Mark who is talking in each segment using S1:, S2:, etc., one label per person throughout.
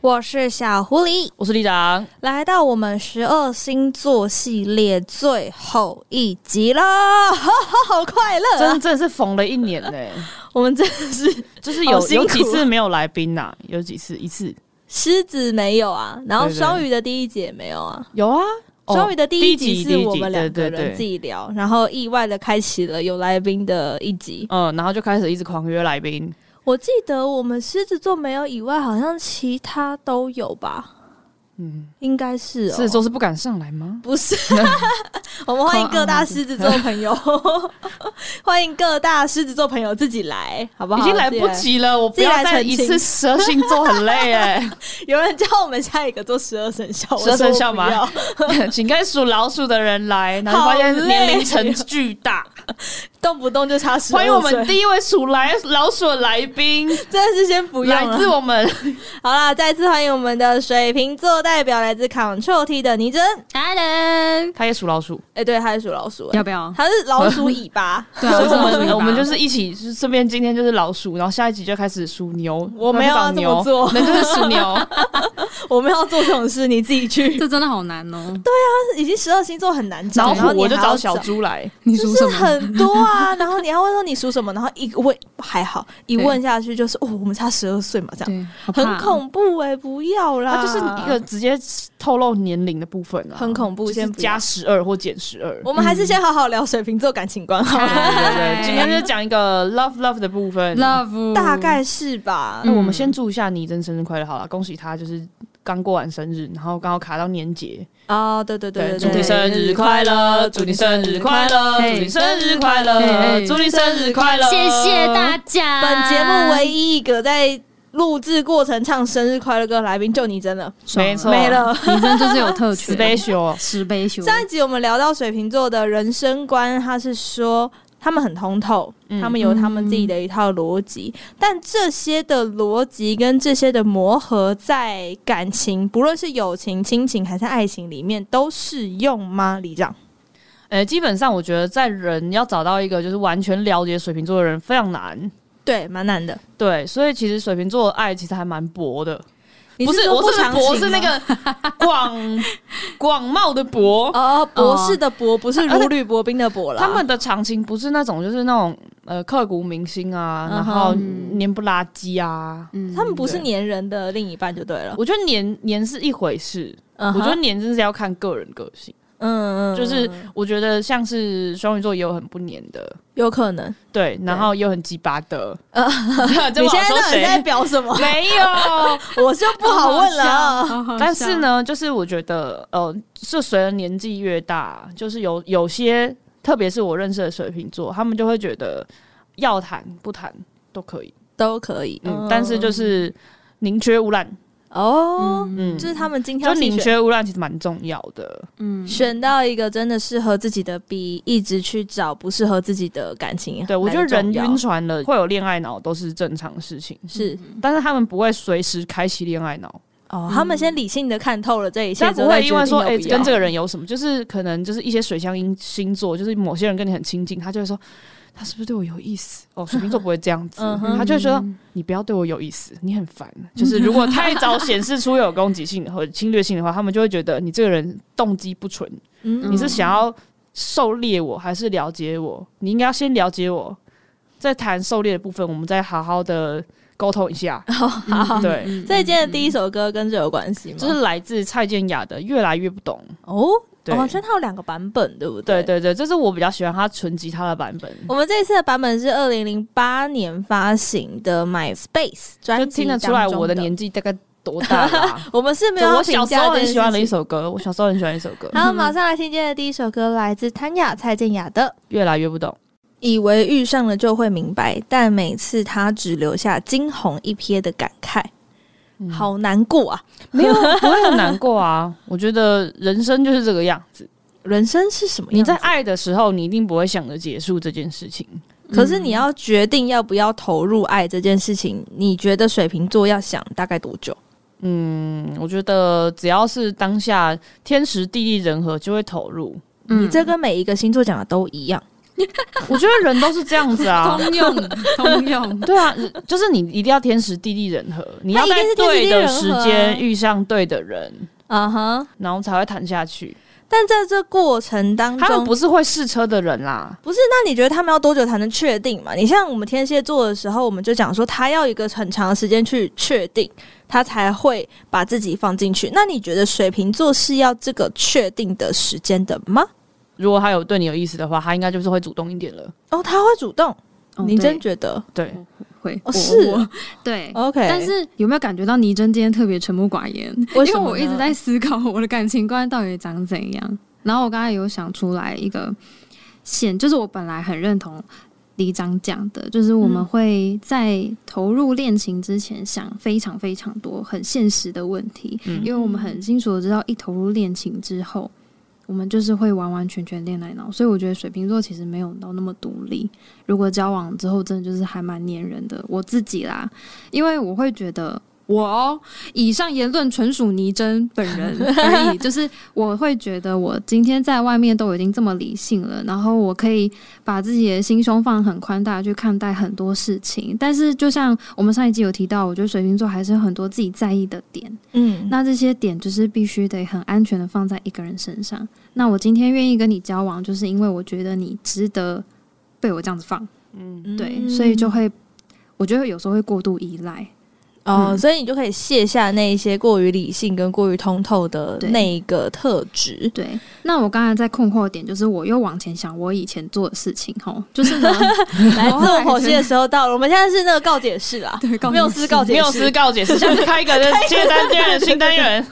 S1: 我是小狐狸，
S2: 我是李长。
S1: 来到我们十二星座系列最后一集了， 好快乐、啊！
S2: 真真的是缝了一年呢、
S1: 我们真的是
S2: 就是有
S1: 好辛苦
S2: 有几次没有来宾呐、有几次一次
S1: 狮子没有啊，然后
S2: 对对
S1: 双鱼的第一集也没有啊。
S2: 有啊，哦
S1: 双鱼的第
S2: 第
S1: 一
S2: 集
S1: 集
S2: 第
S1: 是
S2: 一集
S1: 我们两个
S2: 对对
S1: 人
S2: 对
S1: 自己聊，然后意外的开启了有来宾的一集。
S2: 嗯，然后就开始一直狂约来宾，
S1: 我记得我们狮子座没有以外，好像其他都有吧？
S2: 嗯，
S1: 应该是哦。
S2: 狮子座是不敢上来吗？
S1: 不 是，我们欢迎各大狮子座朋友，欢迎各大狮子座朋友自己来，好不好？
S2: 已经来不
S1: 自己
S2: 及了，我不要再一次十二星座很累 哎、
S1: 来。有人叫我们下一个做十二生肖，我
S2: 十二生肖
S1: 说我不要
S2: 请跟属老鼠的人来，然后发现
S1: 好累
S2: 年龄层巨大。
S1: 动不动就差十。
S2: 欢迎我们第一位属来老鼠的来宾，
S1: 真的是先不要
S2: 来自我们
S1: 好啦，再次欢迎我们的水瓶座代表，来自 Ctrl T 的倪真。
S3: Allen，
S2: 他也属老鼠，
S1: 哎、对，他是属老鼠、
S3: 要不要？
S1: 他是老鼠尾巴，
S3: 对
S2: 所以我
S3: 老鼠尾
S2: 们
S3: 巴
S2: 我们就是一起，就是这边今天就是老鼠，然后下一集就开始属牛。
S1: 我没有要这么做
S2: 那就是 属牛。
S1: 我们要做这种事，你自己 去。
S3: 这真的好难哦。
S1: 已经十二星座很难
S2: 然
S1: 找，然后
S2: 后
S1: 你
S2: 我就
S1: 还要
S2: 找小猪来，
S3: 你
S1: 就
S3: 属
S1: 是
S3: 什么？
S1: 很多啊，然后你还会说你属什么，然后一问还好，一问下去就是哦，我们差十二岁嘛，这样
S3: 对，好怕
S1: 很恐怖哎、不要啦，
S2: 啊它就是一个直接透露年龄的部分啊，
S1: 很恐怖
S2: 就是
S1: 先不要
S2: 加十二或减十二。
S1: 我们还是先好好聊水瓶座感情观好了，
S2: 对对
S1: 哎
S2: 对，今天就讲一个 love love 的部分。
S3: love
S1: 大概是吧
S2: 那、。我们先祝一下倪真生日快乐好了，恭喜他就是刚过完生日，然后刚好卡到年节，
S1: 哦，对对对
S2: 祝
S1: 对
S2: 你
S1: 对，
S2: 生日快乐，祝你生日快乐，
S3: 嘿
S2: 祝你生日快
S3: 嘿
S2: 乐，
S3: 嘿
S2: 祝你生日快乐，
S3: 谢谢大家。
S1: 本节目唯一一个在录制过程唱生日快乐歌的来宾就你真的
S3: 爽
S2: 没错
S1: 没了。
S3: 你真的就是有特权。
S2: special。
S3: 十杯酒，
S1: 上一集我们聊到水瓶座的人生观，他是说他们很通透，
S2: 嗯
S1: 他们有他们自己的一套逻辑，但这些的逻辑跟这些的磨合，在感情，不论是友情、亲情还是爱情里面，都适用吗？李长，
S2: 呃，基本上我觉得在人要找到一个就是完全了解水瓶座的人非常难，
S1: 对，蛮难的。
S2: 对，所以其实水瓶座的爱其实还蛮薄的，
S1: 你
S2: 不是
S1: 说
S2: 我
S1: 不
S2: 是
S1: 长
S2: 博
S1: 情啊
S2: 是那
S1: 吗
S2: 个 广广袤的博，
S1: 哦，博士的博，不是
S2: 啊
S1: 如履薄冰的薄啦。
S2: 他们的长情不是那种就是那种呃刻骨铭心啊，
S1: 嗯
S2: 然后黏不拉几啊。
S3: 嗯
S1: 他们不是粘人的另一半就对了。
S2: 我觉得黏黏是一回事，
S1: 我
S2: 我觉得黏真是要看个人个性。
S1: 嗯嗯，
S2: 就是
S1: 嗯
S2: 我觉得像是双鱼座也有很不黏的，
S1: 有可能。
S2: 对，然后也有很鸡巴的。这
S1: 你
S2: 不好
S1: 现在
S2: 说
S1: 到底在
S2: 谁？
S1: 表什么？
S2: 没有，
S1: 我就不好问了。
S2: 但是，呢，就是我觉得，呃，是随着年纪越大，就是有有些，特别是我认识的水瓶座，他们就会觉得要谈不谈都可以，
S1: 都可以，
S2: 嗯，但是就是宁缺毋滥，
S1: 哦，
S2: 嗯，
S1: 就是他们精挑
S2: 就
S1: 细
S2: 宁
S1: 选，
S2: 缺毋滥其实蛮重要 的，
S3: 嗯，
S1: 选到一个真的适合自己的，比一直去找不适合自己的感情，
S2: 对我觉得人晕
S1: 是
S2: 船了会有恋爱脑都是正常事情，
S1: 是
S2: 但是他们不会随时开启恋爱脑，
S1: 哦，他们先理性的看透了这一切
S2: 但
S1: 之
S2: 不
S1: 后再
S2: 会
S1: 决定
S2: 因
S1: 要不要，
S2: 为说，哎、跟这个人有什么，就是可能就是一些水象星星座，就是某些人跟你很亲近，他就会说，他是不是对我有意思？哦，水瓶座不会这样子，
S1: 嗯哼
S2: 他就会说，你不要对我有意思，你很烦。就是 如果太早显示出有攻击性和侵略性的话，他们就会觉得你这个人动机不纯，
S1: 嗯
S2: 你是想要狩猎我还是了解我？你应该要先了解我，再谈狩猎的部分，我们再好好的沟通一下。嗯
S1: 哦
S2: 对，
S1: 这一件的第一首歌跟这有关系吗？
S2: 这是来自蔡健雅的《越来越不懂》。
S1: 哦，
S2: 对
S1: 哦，所以它有两个版本，对不
S2: 对
S1: 对。
S2: 对对，这是我比较喜欢他纯吉他的版本，
S1: 我们这次的版本是二零零八年发行的《My Space》专
S2: 就
S1: 辑，。
S2: 听得出来我的。年纪大概多大啦
S1: 我们 是没
S2: 对
S1: 有啊要
S2: 我小
S1: 评
S2: 时
S1: 价
S2: 候
S1: 这
S2: 很
S1: 件
S2: 喜欢
S1: 事
S2: 的一
S1: 情。
S2: 首歌，我小时候很喜欢一首歌，
S1: 好，马上来听见的第一首歌来自 Tanya 蔡健雅的
S2: 越来越不懂。
S1: 以为遇上了就会明白，但每次他只留下惊鸿一瞥的感慨，好难过啊！
S2: 没 有，不会很难过啊。 我觉得人生就是这个样子。
S1: 人生是什么
S2: 你
S1: 样子？
S2: 在爱的时候，你一定不会想着结束这件事情。
S1: 可是你要决定要不要投入爱这件事情，你觉得水瓶座要想大概多久？
S2: 嗯，我觉得只要是当下天时地利人和，就会投入。
S1: 嗯你这跟每一个星座讲的都一样，
S2: 我觉得人都是这样子 啊，
S3: 通用通用，
S2: 对啊，就是你一定要天时地利人和，你要
S1: 一定
S2: 在
S1: 是天时地
S2: 对
S1: 利
S2: 的
S1: 人
S2: 时
S1: 和啊
S2: 间遇上对的人，
S1: 嗯哼。
S2: 然后才会谈下去。
S1: 但在这过程当
S2: 他们
S1: 中，
S2: 不是会试车的人啦，
S1: 不是，那你觉得他们要多久才能确定嘛？你像我们天蝎座的时候，我们就讲说他要一个很长的时间去确定，他才会把自己放进去。那你觉得水瓶座是要这个确定的时间的吗？
S2: 如果他有对你有意思的话，他应该就是会主动一点了。嗯
S1: 哦，他会主动，
S3: 哦
S1: 你真
S3: 对
S1: 觉得
S2: 对，
S3: 会
S1: 哦
S3: 我
S1: 是
S3: 我对。
S1: ？OK，
S3: 但是有没有感觉到倪真今天特别沉默寡言？
S1: 为
S3: 因
S1: 什么
S3: 为
S1: 呢
S3: 我一 直在思考我的感情观到底长怎样。然后我刚才有想出来一个线，就是我本来很认同李长讲的，就是我们
S1: 嗯
S3: 会在投入恋情之前想非常非常多很现实的问题，
S2: 嗯
S3: 因为我们很清楚的知道，一投入恋情之后，我们就是会完完全全恋爱脑。所以我觉得水瓶座其实没有到那么独立。如果交往之后，真的就是还蛮黏人的。我自己啦，因为我会觉得我哦、以上言论纯属倪真本 人而已，就是我会觉得我今天在外面都已经这么理性了，然后我可以把自己的心胸放很宽大去看待很多事情。但是就像我们上一集有提到，我觉得水瓶座还是有很多自己在意的点。
S1: 嗯，
S3: 那这些点就是必须得很安全的放在一个人身上。那我今天愿意跟你交往，就是因为我觉得你值得被我这样子放，
S2: 嗯，
S3: 对，
S1: 嗯
S3: 所以就会，我觉得有时候会过度依赖，
S1: 哦，
S3: 嗯
S1: 所以你就可以卸下那一些过于理性跟过于通透的
S3: 对
S1: 那一个特 质。
S3: 对。那我刚才在困惑的点就是，我又往前想我以前做的事情，吼，就是呢，
S1: 来，
S3: 来
S1: 自我剖析的时候到了，我们现在是那个告解室啦，
S3: 对，告诉
S1: 没有
S3: 你
S1: 私告解
S2: 没有私告解 释，下次开一个接单元新单元，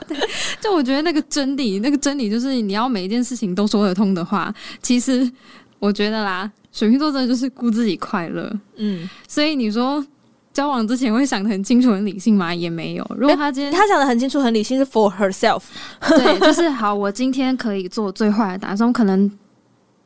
S3: 就我觉得那个真理，那个真理就是你要每一件事情都说得通的话，其实我觉得啦，水瓶座真的就是顾自己快乐，
S1: 嗯，
S3: 所以你说交往之前会想得很清楚、很理性吗？也没有。如果他今天、
S1: 他讲的很清楚，很理性，是 for herself。
S3: 对，就是好，我今天可以做最坏的打算，我可能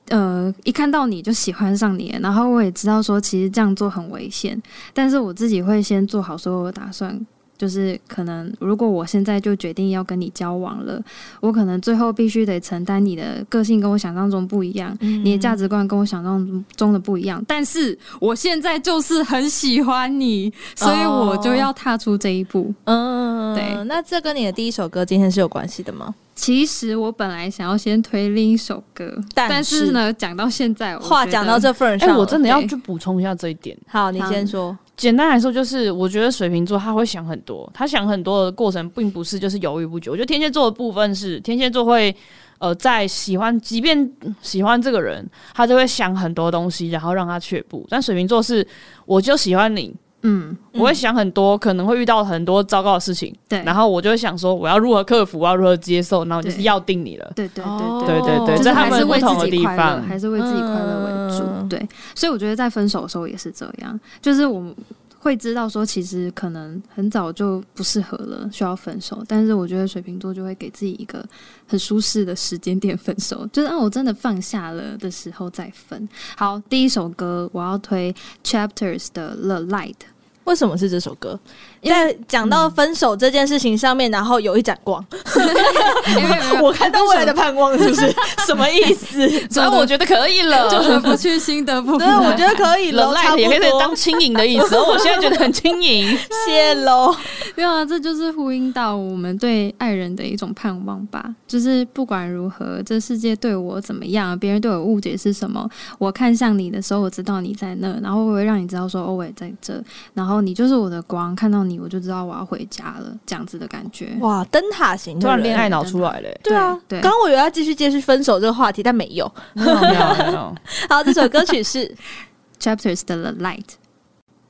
S3: 呃一看到你就喜欢上你了，然后我也知道说其实这样做很危险，但是我自己会先做好所有的打算。就是可能，如果我现在就决定要跟你交往了，我可能最后必须得承担你的个性跟我想象中不一
S1: 嗯
S3: 样，
S2: 嗯
S3: 你的价值观跟我想象中的不一样。但是我现在就是很喜欢你，所以我就要踏出这一步。
S1: 嗯，
S3: 对
S1: 那这跟你的第一首歌今天是有关系的吗？
S3: 其实我本来想要先推另一首歌，
S1: 但
S3: 但
S1: 是
S3: 是呢，讲到现在，我觉得
S1: 话讲到，这份儿
S2: 哎、
S1: 上了，
S2: 我真的要
S3: 对
S2: 去补充一下这一点。
S1: 好，你
S3: 好
S1: 先说。
S2: 简单来说，就是我觉得水瓶座他会想很多，他想很多的过程并不是就是犹豫不决。我觉得天蝎座的部分是天蝎座会呃在喜欢，即便喜欢这个人，他就会想很多东西，然后让他却步。但水瓶座是我就喜欢你，
S3: 嗯，
S2: 我会想很多，可能会遇到很多糟糕的事情，
S3: 对，
S2: 然后我就会想说我要如何克服，我要如何接受，然后我就是
S3: 对
S2: 要定你了。
S3: 对对
S1: 哦
S3: 对
S2: 对对
S1: 这
S2: 对，
S3: 就是
S2: 在他
S3: 还
S2: 们
S3: 是
S2: 不
S3: 为
S2: 同的
S3: 自
S2: 地
S3: 己快乐，
S2: 方，
S3: 还是为自己快乐为主。
S1: 嗯
S3: 对，所以我觉得在分手的时候也是这样，就是我们会知道说，其实可能很早就不适合了，需要分手。但是我觉得水瓶座就会给自己一个很舒适的时间点分手，就是啊，我真的放下了的时候再分。好，第一首歌我要推 Chapters 的《The Light》。
S1: 为什么是这首歌？
S3: 因为
S2: 嗯
S1: 在讲到分手这件事情上面，然后有一盏光，
S3: 因 为
S1: 我看到未来的盼望，是 不是？什么意思？
S2: 所以啊我觉得可以了，
S3: 就回不去心的部
S1: 对，
S3: 分。
S1: 我觉得可以
S2: 冷
S1: 了，差
S2: 赖
S1: 不
S2: 也可以当
S1: 多。
S2: 轻盈的意思，哦我现在觉得很轻 盈。
S1: 谢喽。
S3: 没有啊，这就是呼应到我们对爱人的一种盼望吧。就是不管如何，这世界对我怎么样，别人对我误解是什么，我看向你的时候，我知道你在那，然后我会让你知道说，哦，我也在这，然后你就是我的光，看到你我就知道我要回家了，这样子的感觉。
S1: 哇，灯塔型
S2: 突
S1: 的
S2: 然
S1: 人
S2: 恋爱脑出来了、欸
S1: 对啊，
S3: 对
S1: 刚我有要继续接续分手这个话题，但没有。
S2: 没有没有没有，
S1: 好，这首歌曲是
S3: Chapters 的 The Light，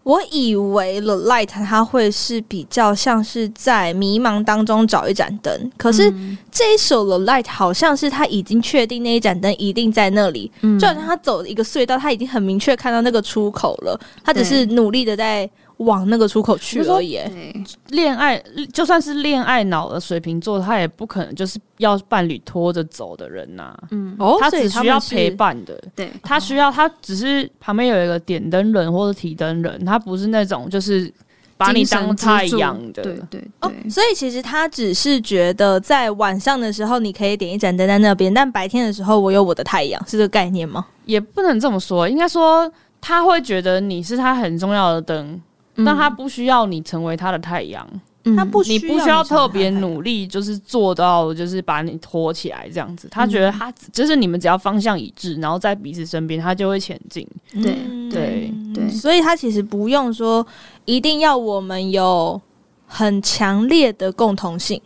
S1: 我以为 The Light 它会是比较像是在迷茫当中找一盏灯，可是
S3: 嗯
S1: 这一首 The Light 好像是他已经确定那一盏灯一定在那里，
S3: 嗯
S1: 就好像他走一个隧道，他已经很明确看到那个出口了，他只是努力的在往那个出口去而已。
S3: 对
S2: 恋爱就算是恋爱脑的水瓶座，他也不可能就是要伴侣拖着走的人呐、
S3: 嗯
S1: 哦
S2: 他只需要陪。伴的。
S3: 对，
S2: 他需要，他只是旁边有一个点灯人或者提灯人，他不是那种就是把你
S3: 精神
S2: 当
S3: 支
S2: 太
S3: 柱
S2: 阳的。
S3: 对对
S1: 哦
S3: 对，，
S1: 所以其实他只是觉得在晚上的时候，你可以点一盏灯在那边，但白天的时候我有我的太阳，是这个概念吗？
S2: 也不能这么说，应该说他会觉得你是他很重要的灯，
S3: 嗯
S2: 但他不需要你成为他的太阳，
S3: 嗯
S1: 他不需
S2: 你
S1: 要
S2: 不需要特别
S1: 你成为他的太阳
S2: 努力，就是做到就是把你拖起来这样子。他觉得
S1: 嗯
S2: 他就是你们只要方向一致，然后在彼此身边，他就会前进。
S3: 对
S1: 嗯
S2: 对
S3: 对
S1: 所以他其实不用说一定要我们有很强烈的共同性，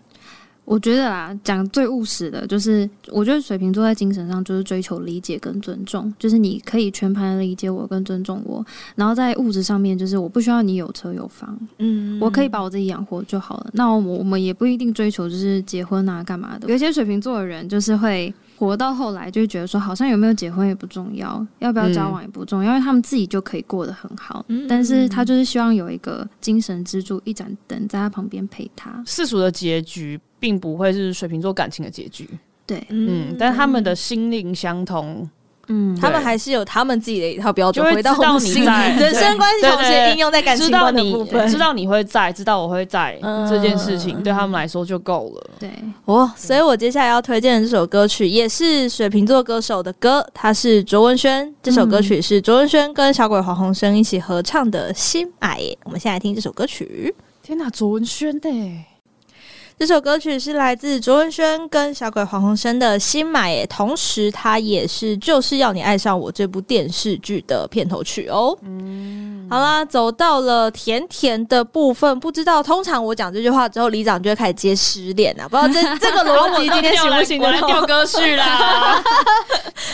S3: 我觉得啦，讲最务实的，就是我觉得水瓶座在精神上就是追求理解跟尊重，就是你可以全盘地理解我跟尊重我，然后在物质上面，就是我不需要你有车有房，
S1: 嗯
S3: 我可以把我自己养活就好了。那我我们也不一定追求就是结婚啊干嘛的。有一些水瓶座的人就是会活到后来就会觉得说，好像有没有结婚也不重要，要不要交往也不重要，因为他们自己就可以过得很好。
S1: 嗯
S3: 但是他就是希望有一个精神支柱，一盏灯在他旁边陪他。
S2: 世俗的结局并不会是水瓶座感情的结局，
S3: 对，
S2: 嗯，但他们的心灵相通，
S3: 嗯，
S1: 他们
S2: 对
S1: 还是有他们自己的一套标准，
S2: 就会
S1: 回到
S2: 知道
S1: 我们
S2: 你
S1: 心里
S2: 在
S1: 人生观
S2: 对
S1: 同
S2: 对对
S1: 时应用在感情
S2: 知道
S1: 观的
S2: 你
S1: 部分
S2: 知。道你会在，知道我会在、
S1: 嗯
S2: 这件事情对他们来说就够了。
S3: 对，
S1: 哦，所以我接下来要推荐的这首歌曲也是水瓶座歌手的歌，它是卓文萱。这首歌曲是卓文萱跟小鬼黄鸿升一起合唱的《心爱》。我们先来听这首歌曲。
S2: 天哪，卓文萱的、
S1: 这首歌曲是来自卓文萱跟小鬼黄鸿升的《新买》，同时它也是《就是要你爱上我》这部电视剧的片头曲哦。
S2: 嗯
S1: 好啦，走到了甜甜的部分，不知道通常我讲这句话之后，里长就会开始接失恋啊，不知道这 这个逻
S2: 哦
S1: 辑今天行不行
S2: 我来
S1: 得
S2: 调
S1: 通？
S2: 歌 序啦。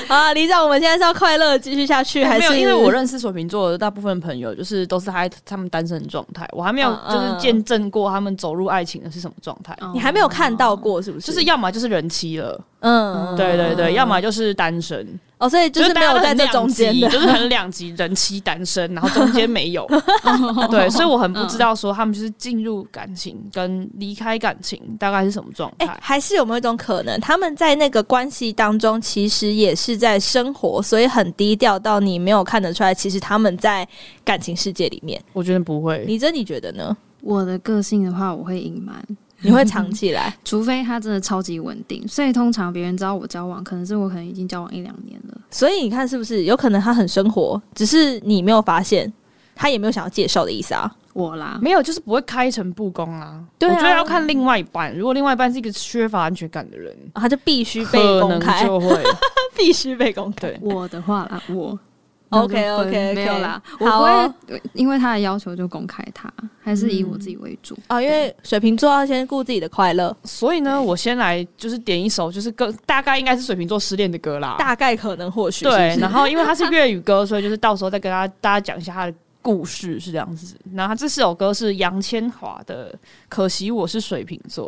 S1: 好啊，里长，我们现在是要快乐地继续下去，还
S2: 没有，
S1: 是
S2: 因为我认识水瓶座的大部分朋友，就是都是他他们单身的状态，我还没有
S1: 嗯嗯嗯
S2: 就是见证过他们走入爱情的是什么状态。
S1: 你还没有看到 过，是不是？
S2: 啊就是要么就是人妻了，
S1: 嗯
S2: 对对对，要
S1: 么
S2: 么就是单身，
S1: 哦，所以就是
S2: 大
S1: 没
S2: 家
S1: 有
S2: 都
S1: 在
S2: 很
S1: 这
S2: 两
S1: 中间
S2: 极
S1: 的，
S2: 就是很两极，人妻单身，然后中间没 有， 对，所以我很
S1: 嗯
S2: 不知道说他们就是进入感情跟离开感情大概是什么状
S1: 哎、
S2: 态。
S1: 还是有没有一种可能，他们在那个关系当中，其实也是在生活，所以很低调到你没有看得出来，其实他们在感情世界里面。
S2: 我觉得不会，
S1: 你真你觉得呢？
S3: 我的个性的话，我会隐瞒，，
S1: 你会藏起 来
S3: 除非他真的超级稳定。所以通常别人知道我交往，可能是我可能已经交往一两年了。
S1: 所以你看是不是有可能他很生活，只是你没有发现，他也没有想要介绍的意思啊？
S3: 我啦，
S2: 没有，就是不会开诚布公啊。
S1: 对啊
S2: 我觉得要看另外一半，如果另外一半是一个缺乏安全感的人，
S1: 啊他就必须被
S2: 可
S1: 公
S2: 能
S1: 开，
S2: 就会
S1: 必须被公开。
S2: 对。
S3: 我的话啦， 我
S1: OK，OK，OK
S3: 没有啦，我
S1: 好哦
S3: 不会因为他的要求就公开他，还是以我自己为主。
S1: 啊，因为水瓶座要先顾自己的快乐，
S2: 所以呢，我先来就是点一首，就是歌，大概应该是水瓶座失恋的歌啦。
S1: 大概可能或许是不
S2: 对
S1: 是，
S2: 然后因为它是粤语歌，所以就是到时候再跟大家大家讲一下它的故事是这样子。然后它这四首歌是杨千华的《可惜我是水瓶座》，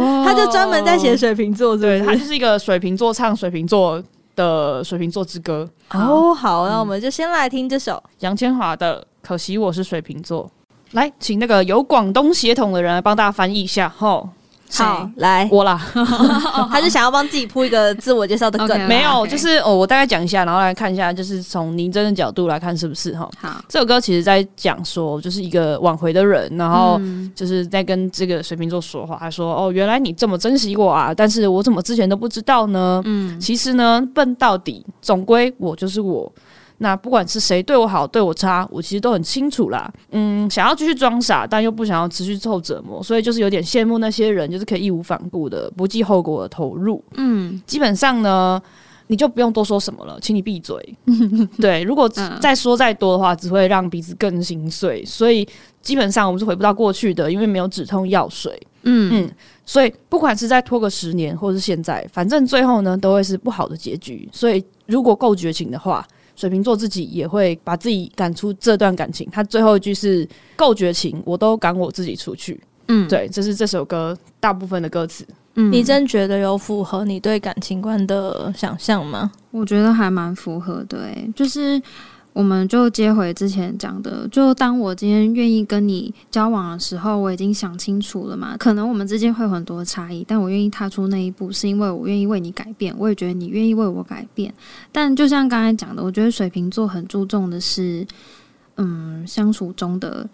S3: 哦
S1: 他就专门在写水瓶座，
S2: 对，
S1: 对
S2: 它就是一个水瓶座唱水瓶座的水瓶座之歌。嗯
S1: 哦，好，那我们就先来听这首。
S2: 杨千嬅的《可惜我是水瓶座》。来，请那个有广东血统的人来帮大家翻译一下。吼，
S1: 好，来，
S2: 我啦，
S1: 他就想要帮自己铺一个自我介绍的
S3: OK
S1: 梗。
S2: 没有，
S3: OK
S2: 就是哦，我大概讲一下，然后来看一下，就是从倪真的角度来看是不是哈。
S3: 好，
S2: 这首歌其实在讲说，就是一个挽回的人，然后
S3: 嗯
S2: 就是在跟这个水瓶座说话，他说：“哦，原来你这么珍惜我啊，但是我怎么之前都不知道呢？
S3: 嗯，
S2: 其实呢，笨到底，总归我就是我。那不管是谁对我好，对我差，我其实都很清楚啦。嗯，想要继续装傻，但又不想要持续受折磨，所以就是有点羡慕那些人，就是可以义无反顾的、不计后果的投入。
S3: 嗯，
S2: 基本上呢，你就不用多说什么了，请你闭嘴。对，如果
S3: 嗯
S2: 再说再多的话，只会让彼此更心碎。所以基本上我们是回不到过去的，因为没有止痛药水。
S3: 嗯
S2: 嗯所以不管是再拖个十年，或是现在，反正最后呢都会是不好的结局。所以如果够绝情的话，水瓶座自己也会把自己赶出这段感情。他最后一句是“够绝情，我都赶我自己出去”
S3: 嗯，
S2: 对，这是这首歌大部分的歌词。
S3: 嗯，
S1: 你真觉得有符合你对感情观的想象吗？
S3: 我觉得还蛮符合的、欸，就是我们就接回之前讲的，就当我今天愿意跟你交往的时候，我已经想清楚了嘛。可能我们之间会有很多差异，但我愿意踏出那一步，是因为我愿意为你改变，我也觉得你愿意为我改变。但就像刚才讲的，我觉得水瓶座很注重的是，嗯，相处中的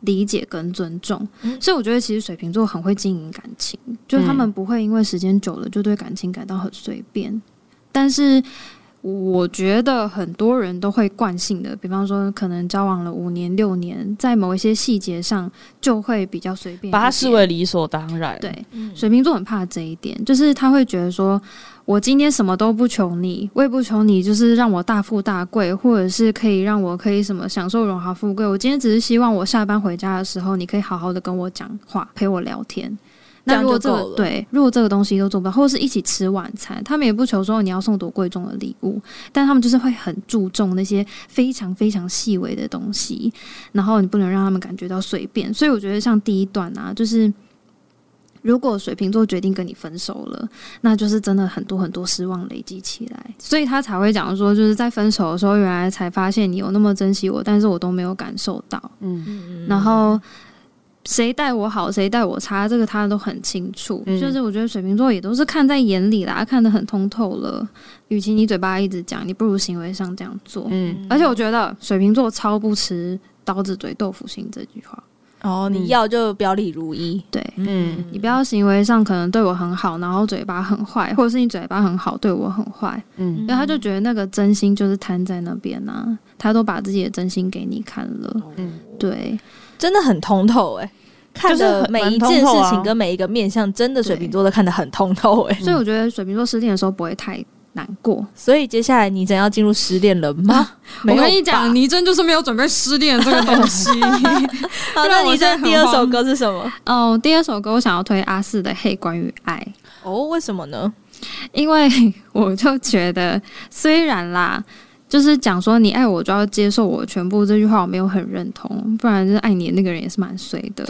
S3: 理解跟尊重。
S1: 嗯
S3: 所以我觉得其实水瓶座很会经营感情，就是他们不会因为时间久了就对感情感到很随便。但是我觉得很多人都会惯性的，比方说可能交往了五年六年，在某一些细节上就会比较随便一点，
S2: 把它视为理所当然。
S3: 对。
S1: 嗯
S3: 水瓶座很怕这一点，就是他会觉得说，我今天什么都不求你，我也不求你，就是让我大富大贵，或者是可以让我可以什么享受荣华富贵。我今天只是希望我下班回家的时候，你可以好好的跟我讲话，陪我聊天。
S1: 这
S3: 那
S1: 样
S3: 如果这
S1: 就够
S3: 个
S1: 了
S3: 对，如果这个东西都做不到，或者是一起吃晚餐，他们也不求说你要送多贵重的礼物，但他们就是会很注重那些非常非常细微的东西，然后你不能让他们感觉到随便。所以我觉得像第一段啊，就是如果水瓶座决定跟你分手了，那就是真的很多很多失望累积起来，所以他才会讲说，就是在分手的时候，原来才发现你有那么珍惜我，但是我都没有感受到。
S1: 嗯
S3: 然后谁待我好，谁待我差，这个他都很清楚。
S2: 嗯
S3: 就是我觉得水瓶座也都是看在眼里啦，看得很通透了。与其你嘴巴一直讲，你不如行为上这样做。
S2: 嗯，
S3: 而且我觉得水瓶座超不吃刀子嘴豆腐心这句话，
S1: 哦，你
S2: 嗯
S1: 要就表里如一，
S3: 对。
S2: 嗯
S3: 你不要行为上可能对我很好，然后嘴巴很坏，或者是你嘴巴很好对我很坏，
S2: 嗯，
S3: 然后他就觉得那个真心就是摊在那边啊，他都把自己的真心给你看了，
S2: 嗯
S3: 对，
S1: 真的很通透哎、看
S2: 就是
S1: 的
S2: 很
S1: 每一
S2: 蛮
S1: 件
S2: 通透
S1: 事
S2: 啊
S1: 情跟每一个面相，真的水瓶座都看得很通透哎、
S3: 所以我觉得水瓶座失恋的时候不会太难过。
S1: 所以接下来你真要进入失恋了吗？没
S3: 我
S1: 有吧
S3: 跟你讲，，倪真就是没有准备失恋这个东 西。
S1: 好，那
S3: 让我
S1: 你
S3: 现在
S1: 这
S3: 很
S1: 第二首
S3: 慌
S1: 歌是什么？
S3: 哦，第二首歌我想要推阿四的《嘿，关于爱》。
S1: 哦，为什么呢？
S3: 因为我就觉得，虽然啦，就是讲说你爱我就要接受我全部这句话，我没有很认同，不然就是爱你的那个人也是蛮衰的，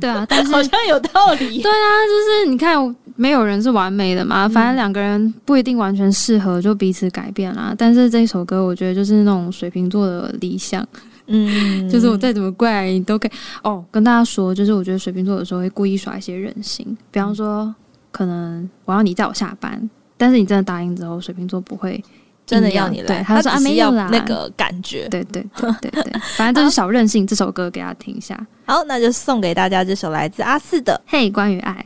S3: 对啊。但是
S2: 好像有道理。
S3: 对啊，就是你看，没有人是完美的嘛，反正两个人不一定完全适合，就彼此改变啦。但是这首歌，我觉得就是那种水瓶座的理想，
S1: 嗯，
S3: 就是我再怎么怪你都可以。哦，跟大家说，就是我觉得水瓶座有时候会故意耍一些人性，比方说，可能我要你载我下班，但是你真的答应之后，水瓶座不会。
S1: 真的要你来，
S3: 对他说啊
S1: 只是
S3: 没有
S1: 要
S3: 啦
S1: 那个感觉。
S3: 对对对对对，反正就是小任性。这首歌给大家听一下。
S1: 好，那就送给大家这首来自阿四的。
S3: 嘿、关于爱，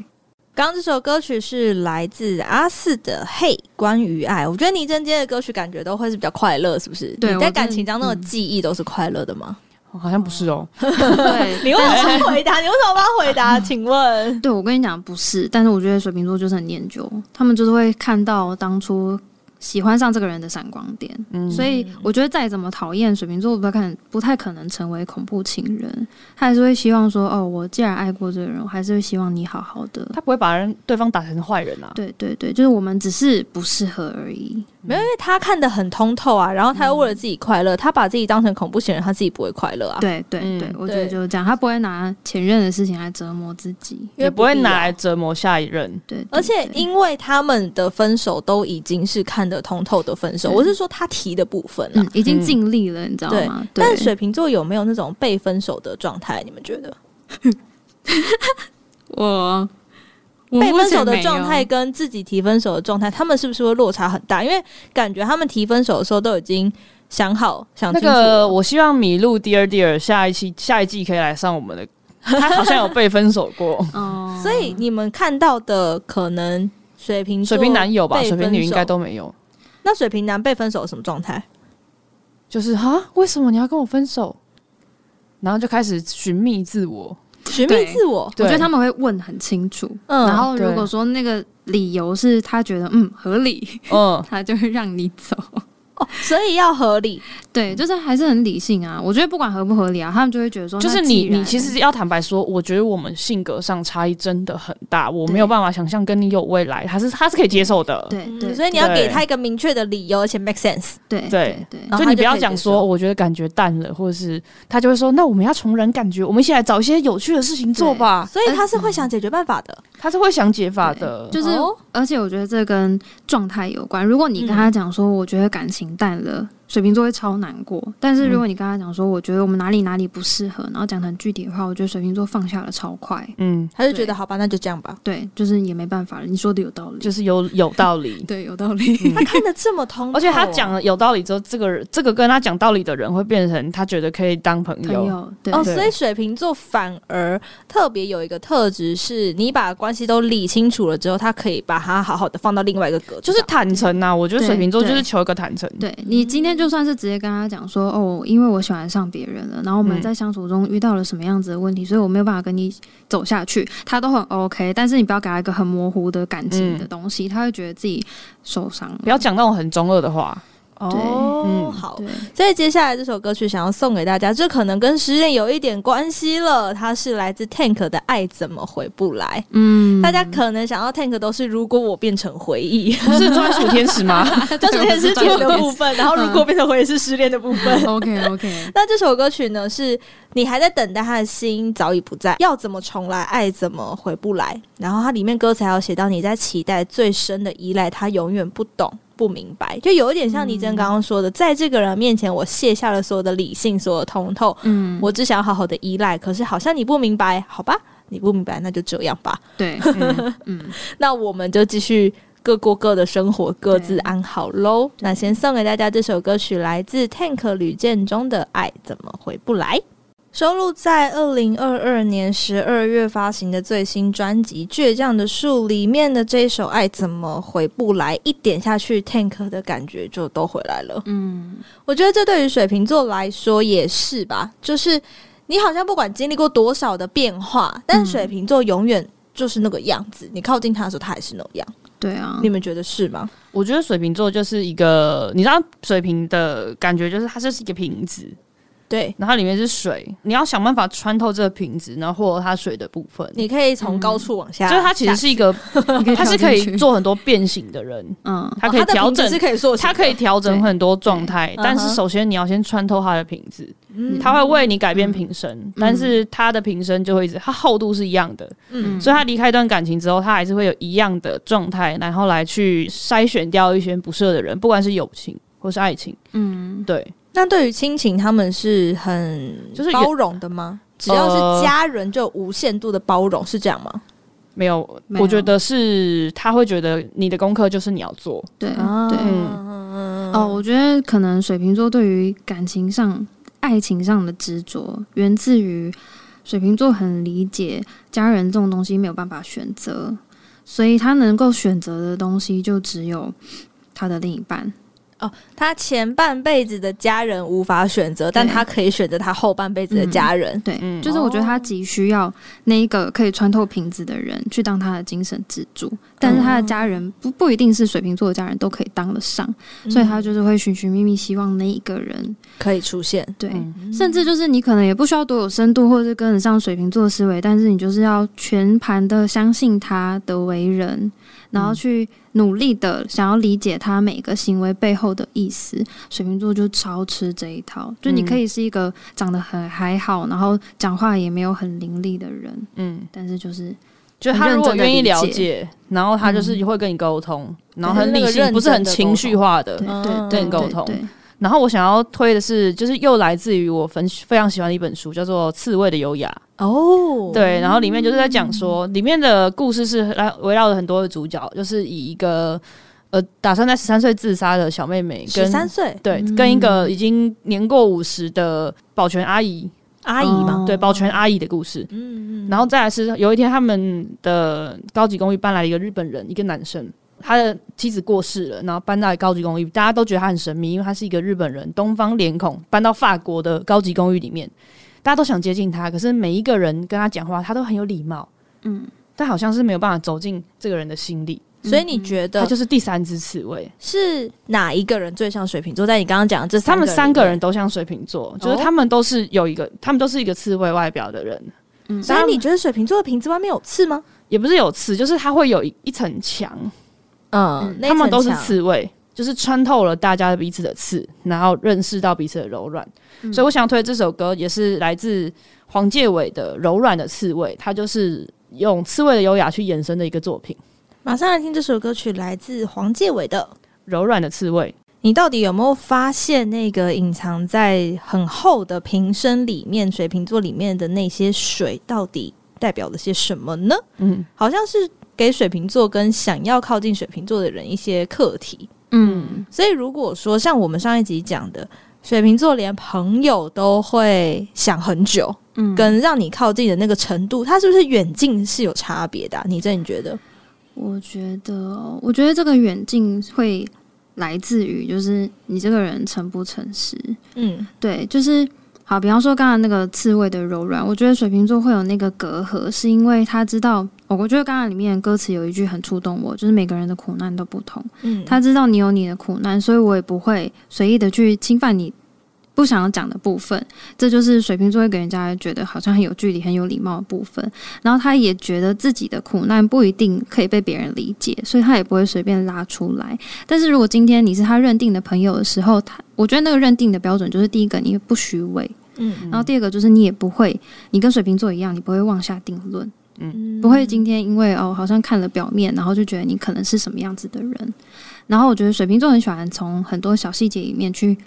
S1: 刚刚这首歌曲是来自阿四的《嘿》，关于爱。我觉得倪真今天的歌曲感觉都会是比较快乐，是不是？
S3: 对
S1: 你在
S3: 我真的
S1: 感情当中的
S3: 嗯
S1: 记忆都是快乐的吗？
S2: 好像不是哦，
S3: 对，
S1: 你为什么不回答？你为什么不回 答？请问，
S3: 对，我跟你讲不是，但是我觉得水瓶座就是很念旧，他们就是会看到当初喜欢上这个人的闪光点，
S2: 嗯，
S3: 所以我觉得再怎么讨厌水瓶座，不看不太可能成为恐怖情人，他还是会希望说，哦，我既然爱过这个人，我还是会希望你好好的。
S2: 他不会把人对方打成坏人啊。
S3: 对对对，就是我们只是不适合而已。
S1: 没有，因为他看得很通透啊，然后他又为了自己快乐，他把自己当成恐怖情人，他自己不会快乐啊。，
S3: 对对
S2: 嗯
S3: 对，我觉得
S1: 对
S3: 就是这样，他不会拿前任的事情来折磨自己。
S1: 因为
S2: 也不啊会
S1: 必要啊
S2: 拿来折磨下一任。
S3: 对，对
S1: 而且
S3: 对
S1: 因为他们的分手都已经是看得通透的分手，
S3: 对
S1: 我是说他提的部分啊。
S3: 嗯，已经尽力了，你知道
S1: 对
S3: 吗？对
S1: 但水瓶座有没有那种被分手的状态？你们觉得
S3: 我我
S1: 被
S3: 嗯目
S1: 分
S3: 前
S1: 手的
S3: 没
S1: 状
S3: 有，
S1: 态跟自己提分手的状态，他们是不是会落差很大？因为感觉他们提分手的时候都已经想好、想
S2: 那
S1: 清楚了。
S2: 个，我希望米露 Dear Dear 下一期下一季可以来上我们 的，他好像有被分手过
S3: 哦，
S1: 所以你们看到的可能水瓶座
S2: 嗯水瓶男友吧，
S1: 被
S2: 水瓶女应该
S1: 分手
S2: 都没有。
S1: 那水瓶男被分手的什么状态？
S2: 就是哈，为什么你要跟我分手？然后就开始寻觅自我。
S1: 寻觅
S3: 对
S1: 自我，
S2: 对
S3: 我觉得他们会问很清楚，
S1: 嗯，
S3: 然后如
S2: 对
S3: 果说那个理由是他觉得嗯合理，
S2: 嗯，
S3: 他就会让你走。
S1: 哦，所以要合理，
S3: 对，就是还是很理性啊。我觉得不管合不合理啊，他们就会觉得说，
S2: 就是
S3: 那
S2: 你，
S3: 既然
S2: 你其实要坦白说，我觉得我们性格上差异真的很大，我没有办法想象跟你有未来，他是他是可以接受的。
S3: 对
S1: 嗯
S3: 对，
S1: 所以你要
S2: 对
S1: 给他一个明确的理由，而且 make sense。
S3: 对
S2: 对
S3: 对对
S1: 然后
S2: 就
S1: 他
S2: 你不
S1: 就
S2: 要
S1: 可以
S2: 讲
S1: 接
S2: 说，
S1: 受
S2: 我觉得感觉淡了，或者是他就会说，那我们要重燃感觉，我们一起来找一些有趣的事情做吧。
S1: 所以他是会想解决办法的，
S2: 他是会想解法的，
S3: 就是
S1: 哦，嗯
S3: 而且我觉得这跟状态有关。如果你跟他讲说，我觉得感情淡了，水瓶座会超难过。但是
S1: 嗯
S3: 如果你跟他讲说，我觉得我们哪里哪里不适合，然后讲得很具体的话，我觉得水瓶座放下了超快。
S2: 嗯，
S1: 他就觉得好吧，那就这样吧。
S3: 对，就是也没办法了。你说的有道理，。
S2: 就是嗯有有道理
S3: 对，有道理。
S1: 他看得这么通透啊、
S2: 而且他讲了有道理之后，这个人这个跟他讲道理的人会变成他觉得可以当朋
S3: 朋
S2: 友。
S3: 友，对，
S1: 哦，
S2: 对
S1: 所以水瓶座反而特别有一个特质，是你把关系都理清楚了之后，他可以把它好好的放到另外一个格子
S2: 就是
S1: 上
S2: 坦诚呐、我觉得水瓶座
S3: 对
S2: 就是
S3: 对
S2: 求一个坦诚。
S3: 对你今天就算是直接跟他讲说，哦，因为我喜欢上别人了，然后我们
S2: 嗯
S3: 在相处中遇到了什么样子的问题，所以我没有办法跟你走下去，他都很 OK，但是你不要给他一个很模糊的感情的东西，他会觉得自己受伤了。
S2: 嗯不要讲那种很中二的话。
S1: 哦，
S2: 嗯
S1: 好。
S3: 对，
S1: 所以接下来这首歌曲想要送给大家，这可能跟失恋有一点关系了。它是来自 Tank 的《爱怎么回不来》，
S3: 嗯，
S1: 大 家可能想到 Tank 都是如果我变成回忆，
S2: 不是专属天使吗？
S1: 就是也是甜的部分，然后如果变成回忆是失恋的部分。
S3: OK OK，
S1: 那这首歌曲呢，是你还在等待他的心早已不在，要怎么重来，爱怎么回不来。然后它里面歌词还有写到你在期待最深的依赖，他永远不懂。不明白，就有一点像倪真刚刚说的，在这个人面前，我卸下了所有的理性，所有的通透，
S3: 嗯，
S1: 我只想好好的依赖。可是好像你不明白，好吧，你不明白，那就这样吧。
S3: 对，嗯，
S1: 那我们就继续各过各的生活，各自
S3: 对
S1: 安好喽。那先送给大家这首歌曲，来自 Tank 吕建中的《爱怎么回不来》。收录在二零二二年十二月发行的最新专辑《倔强的树》里面的这一首《爱怎么回不来》，一点下去，Tank 的感觉就都回来了。
S3: 嗯，
S1: 我觉得这对于水瓶座来说也是吧，就是你好像不管经历过多少的变化，但
S3: 嗯
S1: 水瓶座永远就是那个样子。你靠近他的时候，他还是那样。
S3: 对啊，
S2: 嗯
S1: 你们觉得是吗？
S2: 我觉得水瓶座就是一个，你知道水瓶的感觉就是它就是一个瓶子，
S1: 对，
S2: 然后里面是水，你要想办法穿透这个瓶子，然后获得它水的部分。
S1: 你可以从高处往下，
S2: 嗯就是它其实是一个，
S3: 你
S2: 它是可
S3: 跳进
S2: 以
S3: 去，
S2: 做很多变形的人，
S3: 嗯，
S2: 它可以
S1: 哦的
S2: 调
S1: 瓶子
S2: 整
S1: 是可以做起来
S2: 它
S1: 的，
S2: 可以调整很多状态
S1: 对，
S2: 但
S1: 嗯
S2: 是
S1: 哼
S2: 首先你要先穿透它的瓶子，
S1: 嗯，
S2: 它会为你改变瓶身，但是它的瓶身就会一直，它厚度是一样的，
S1: 嗯，
S2: 所以他离开一段感情之后，他还是会有一样的状态，然后来去筛选掉一些不适合的人，不管是友情或是爱情。
S3: 嗯，
S2: 对，
S1: 那对于亲情，他们是很
S2: 就是有
S1: 包容的吗？只要是家人，就有无限度的包容，是这样吗？
S2: 没有，
S3: 没有
S2: 我觉得是他会觉得你的功课就是你要做，
S3: 对
S1: 啊
S3: 对，
S1: 嗯
S3: 哦，我觉得可能水瓶座对于感情上、爱情上的执着，源自于水瓶座很理解家人这种东西没有办法选择，所以他能够选择的东西就只有他的另一半。
S1: 他前半辈子的家人无法选择，但他可以选择他后半辈子的家人。
S3: 对，
S2: 嗯
S3: 就是我觉
S1: 哦
S3: 得他急需要那一个可以穿透瓶子的人去当他的精神支柱，但是他
S1: 嗯
S3: 的家人不不一定是水瓶座的家人都可以当得上，
S2: 嗯
S1: 嗯
S3: 所以他就是会寻寻觅觅，希望那一个人
S1: 可以出现。
S3: 对。
S2: 嗯
S3: 甚至就是你可能也不需要多有深度，或者是跟得上水瓶座的思维，但是你就是要全盘的相信他的为人，
S2: 嗯
S3: 然后去努力的想要理解他每个行为背后的意思。水瓶座就超吃这一套，
S2: 嗯
S3: 就你可以是一个长得很还好，然后讲话也没有很伶俐的人，
S2: 嗯，
S3: 但是就是
S2: 就他如果愿意了
S3: 很认真
S2: 解，然后他就是会跟你沟通，然后很
S1: 那
S2: 理
S1: 个认真的
S2: 性，不是很情绪化的
S3: 对。
S1: 嗯
S3: 对对
S2: 更呃沟
S3: 对
S2: 通
S3: 对
S2: 然后我想要推的是，就是又来自于我非非常喜欢的一本书，叫做《刺猬的优雅》。
S1: 哦，
S2: 对，然后里面就是在讲说，里面的故事是来围绕着很多的主角，就是以一个呃打算在十三岁自杀的小妹妹
S1: 十
S2: 跟
S1: 三岁
S2: 对跟一个已经年过五十的保全阿姨，
S1: 阿姨嘛，
S3: 哦
S2: 对保全阿姨的故事。
S1: 嗯嗯，
S2: 然后再来是有一天，他们的高级公寓搬来了一个日本人，一个男生，他的妻子过世了，然后搬到了高级公寓，大家都觉得他很神秘，因为他是一个日本人，东方脸孔，搬到法国的高级公寓里面，大家都想接近他，可是每一个人跟他讲话，他都很有礼貌，
S3: 嗯，
S2: 但好像是没有办法走进这个人的心里，
S1: 所以你觉
S2: 嗯他
S1: 得
S2: 就是第三只刺猬。
S1: 是哪一个人最像水瓶座？在你刚刚讲的这
S2: 他们
S1: 里
S2: 三个
S1: 面
S2: 人，都像水瓶座，就
S1: 哦
S2: 是他们都是有一个，他们都是一个刺猬外表的人，
S3: 嗯
S1: 所以你觉得水瓶座的瓶子外面有刺吗？
S2: 也不是有刺，就是他会有一一层墙，
S1: 嗯，那一
S2: 他们
S1: 层
S2: 都是
S1: 墙
S2: 刺猬，就是穿透了大家彼此的刺，然后认识到彼此的柔软。
S1: 嗯
S2: 所以我想推这首歌，也是来自黄介炜的《柔软的刺猬》，它就是用刺猬的优雅去延伸的一个作品，《
S1: 马上来听这首歌曲，来自黄介炜的。
S2: 柔软的刺猬》。
S1: 你到底有没有发现那个隐藏在很厚的瓶身里面，水瓶座里面的那些水到底代表了些什么呢？
S2: 嗯
S1: 好像是给水瓶座跟想要靠近水瓶座的人一些课题。
S3: 嗯，
S1: 所以如果说像我们上一集讲的，水瓶座连朋友都会想很久，
S3: 嗯
S1: 跟让你靠近的那个程度，它是不是远近是有差别的啊、你这你觉得？
S3: 我觉得哦，我觉得这个远近会来自于就是你这个人诚不诚实。
S1: 嗯
S3: 对，就是好，比方说刚刚那个刺猬的柔软，我觉得水瓶座会有那个隔阂，是因为他知道，哦我觉得刚刚里面的歌词有一句很触动我，就是每个人的苦难都不同，
S1: 嗯，
S3: 他知道你有你的苦难，所以我也不会随意的去侵犯你。不想要讲的部分，这就是水瓶座会给人家觉得好像很有距离、很有礼貌的部分。然后他也觉得自己的苦难不一定可以被别人理解，所以他也不会随便拉出来。但是如果今天你是他认定的朋友的时候，他我觉得那个认定的标准就是第一个，你不虚伪；
S1: 嗯
S3: 然后第二个就是你也不会，你跟水瓶座一样，你不会妄下定论，
S1: 嗯
S3: 不会今天因为哦好像看了表面，然后就觉得你可能是什么样子的人。然后我觉得水瓶座很喜欢从很多小细节里面去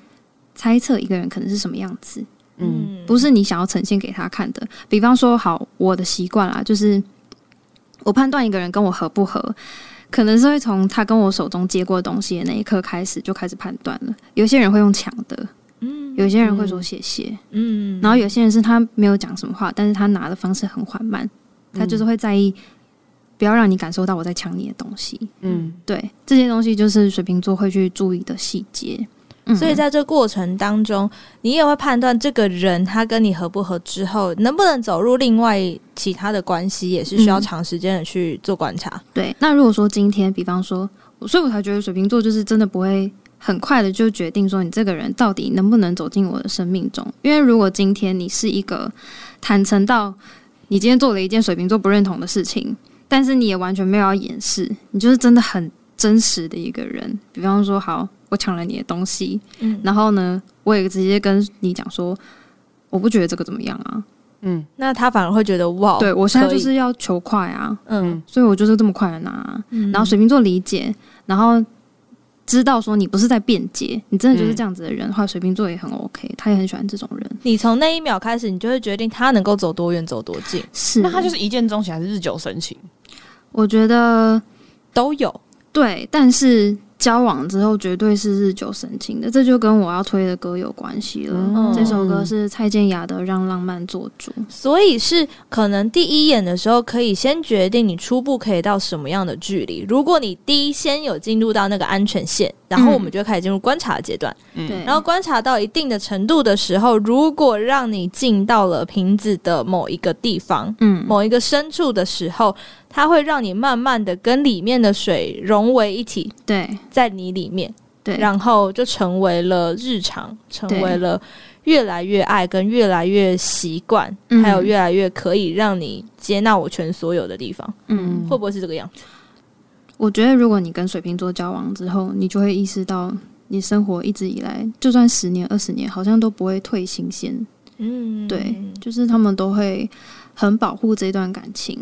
S3: 猜测一个人可能是什么样子，
S2: 嗯
S3: 不是你想要呈现给他看的。比方说，好，我的习惯啦，就是我判断一个人跟我合不合，可能是会从他跟我手中接过东西的那一刻开始就开始判断了。有些人会用抢的，
S1: 嗯
S3: 有些人会说谢谢，
S1: 嗯
S3: 然后有些人是他没有讲什么话，但是他拿的方式很缓慢，他
S1: 嗯
S3: 就是会在意。不要让你感受到我在抢你的东西，
S2: 嗯
S3: 对这些东西就是水瓶座会去注意的细节。嗯
S1: 所以在这过程当中，你也会判断这个人他跟你合不合，之后能不能走入另外其他的关系，也是需要
S3: 嗯
S1: 长时间的去做观察。
S3: 对，那如果说今天，比方说，所以我才觉得水瓶座就是真的不会很快的就决定说你这个人到底能不能走进我的生命中，因为如果今天你是一个坦诚到你今天做了一件水瓶座不认同的事情，但是你也完全没有要掩饰，你就是真的很真实的一个人。比方说，好，我抢了你的东西，
S1: 嗯，
S3: 然后呢，我也直接跟你讲说。我不觉得这个怎么样啊？
S2: 嗯
S1: 那他反而会觉得哇，
S3: 对我现在
S1: 哦可以
S3: 就是要求快啊，
S1: 嗯，
S3: 所以我就是这么快的拿啊、
S1: 嗯
S3: 然后水瓶座理解，然后知道说你不是在辩解，你真的
S2: 嗯
S3: 就是这样子的人的话，水瓶座也很 OK，他也很喜欢这种人。
S1: 你从那一秒开始，你就会决定他能够走多远，走多近
S3: 是
S2: 嗯那他就是一见钟情还是日久生情？
S3: 我觉得
S1: 都有。
S3: 对，但是交往之后绝对是日久生情的，这就跟我要推的歌有关系了。
S2: 嗯
S3: 这首歌是蔡健雅的《让浪漫做主》，
S1: 所以是可能第一眼的时候，可以先决定你初步可以到什么样的距离。如果你第一先有进入到那个安全线，然后我们就开始进入观察阶段。
S3: 对，
S1: 然后观察到一定的程度的时候，如果让你进到了瓶子的某一个地方、
S3: 嗯，
S1: 某一个深处的时候，它会让你慢慢的跟里面的水融为一体，
S3: 对
S1: 在你里面，
S3: 对，
S1: 然后就成为了日常，成
S3: 对
S1: 为了越来越爱跟越来越习惯，
S3: 嗯
S1: 还有越来越可以让你接纳我全所有的地方，
S3: 嗯。
S1: 会不会是这个样子？
S3: 我觉得，如果你跟水瓶座交往之后，你就会意识到，你生活一直以来，就算十年、二十年，好像都不会退新鲜。
S1: 嗯，
S3: 对，就是他们都会很保护这段感情，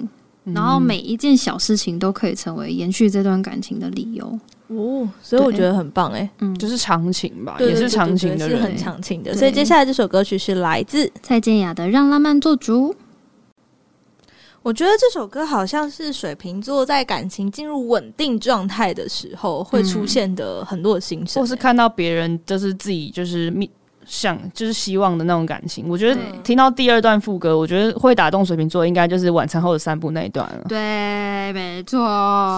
S1: 嗯
S3: 然后每一件小事情都可以成为延续这段感情的理由。
S1: 哦，所以我
S3: 对
S1: 觉得很棒哎、
S3: 嗯，
S2: 就是长情吧，
S1: 对
S2: 也
S1: 对
S2: 是
S1: 对
S2: 长
S1: 对
S2: 情的
S1: 是很
S2: 人。欸
S1: 长情的。
S3: 对
S1: 所以接下来这首歌曲是来自，
S3: 蔡健雅的《让浪漫做主》。
S1: 我觉得这首歌好像是水瓶座在感情进入稳定状态的时候会出现的很多的心声、
S2: 或是看到别人就是自己就是密想就是希望的那种感情。我觉得
S3: 对
S2: 听到第二段副歌，我觉得会打动水瓶座，应该就是晚餐后的散步那一段了。
S3: 对，没错。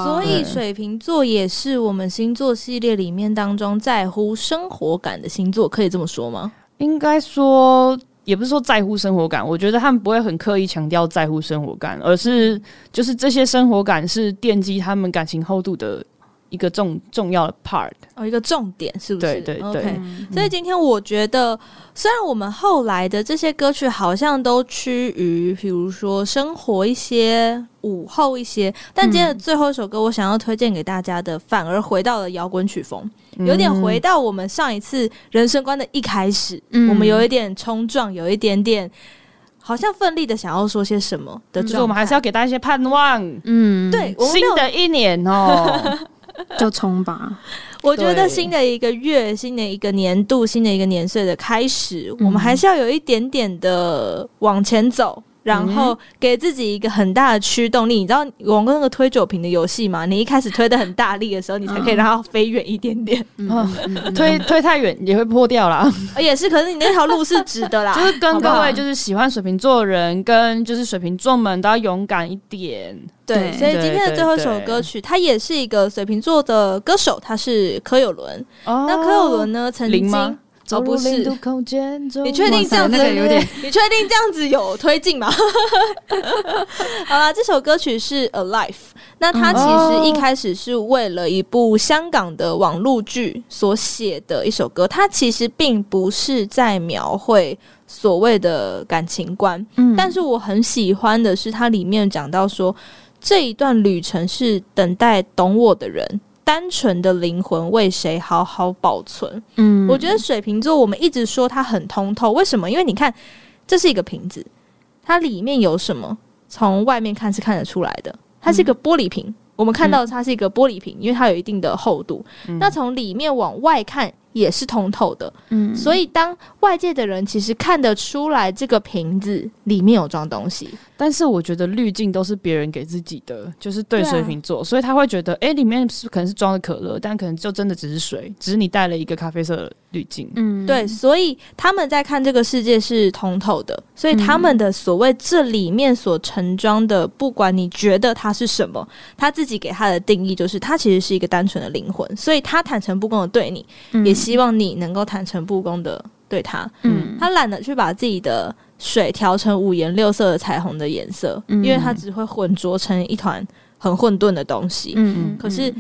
S1: 所以水瓶座也是我们星座系列里面当中在乎生活感的星座，可以这么说吗？
S2: 应该说。也不是说在乎生活感，我觉得他们不会很刻意强调在乎生活感，而是就是这些生活感是奠基他们感情厚度的一个重重要的 part。
S1: 哦，一个重点是不是？
S2: 对对对
S1: OK
S3: 嗯
S1: 所以今天我觉得，虽然我们后来的这些歌曲好像都趋于，比如说生活一些、午后一些，但今天的
S3: 嗯
S1: 最后一首歌，我想要推荐给大家的，反而回到了摇滚曲风，有点
S2: 嗯
S1: 回到我们上一次人生观的一开始，
S3: 嗯
S1: 我们有一点冲撞，有一点点好像奋力的想要说些什么的
S3: 嗯
S1: 状态，
S2: 就是我们还是要给大家一些盼望。
S3: 嗯，
S1: 对，我们没
S2: 新
S1: 有
S2: 的一年哦，
S3: 就冲吧。
S1: 我觉得
S2: 对
S1: 新的一个月、新的一个年度、新的一个年岁的开始，我们
S3: 嗯
S1: 还是要有一点点的往前走。然后给自己一个很大的驱动力，你知道玩过那个推酒瓶的游戏吗？你一开始推的很大力的时候，你才可以让它飞远一点 点。
S3: 嗯
S2: 哦
S3: 嗯嗯嗯
S2: 推推太远也会破掉啦。
S1: 呃也是，可是你那条路是直 的啦，
S2: 就是
S1: 啊好
S2: 跟
S1: 不好
S2: 各位就是喜欢水瓶座的人跟就是水瓶座们都要勇敢一点。
S1: 对，
S3: 对
S1: 所以今天的
S2: 对
S1: 最后一
S2: 对
S1: 首
S2: 对
S1: 歌曲，它也是一个水瓶座的歌手，他是柯有伦。
S2: 哦
S1: 那柯有伦呢，曾
S2: 零
S1: 经
S2: 吗
S1: 哦不是，
S2: 空间中
S1: 你确定这样子
S3: 哇塞那个有点？
S1: 你确定这样子有推进吗？ 好啦，这首歌曲是《Alive》，那它其实一开始是为了一部香港的网络剧所写的一首歌，它其实并不是在描绘所谓的感情观，
S3: 嗯
S1: 但是我很喜欢的是它里面讲到说，这一段旅程是等待懂我的人。单纯的灵魂为谁好好保存？
S3: 嗯
S1: 我觉得水瓶座，我们一直说它很通透，为什么？因为你看，这是一个瓶子，它里面有什么，从外面看是看得出来的。它是一个玻璃瓶，我们看到它是一个玻璃瓶，因为它有一定的厚度。那从里面往外看也是通透的，
S3: 嗯
S1: 所以当外界的人其实看得出来这个瓶子里面有装东西。
S2: 但是我觉得滤镜都是别人给自己的，就是对
S1: 对啊
S2: 水瓶座，所以他会觉得，哎、里面是可能是装的可乐，但可能就真的只是水，只是你带了一个咖啡色的滤镜。
S3: 嗯
S1: 对，所以他们在看这个世界是通透的，所以他们的所谓这里面所盛装的，不管你觉得它是什么，他自己给它的定义就是，它其实是一个单纯的灵魂，所以他坦诚不公的对你，也希望你能够坦诚不公的对他。
S3: 嗯
S1: 他懒得去把自己的水调成五颜六色的彩虹的颜色，因为他
S3: 嗯
S1: 只会混浊成一团很混沌的东西。
S3: 嗯嗯
S1: 可是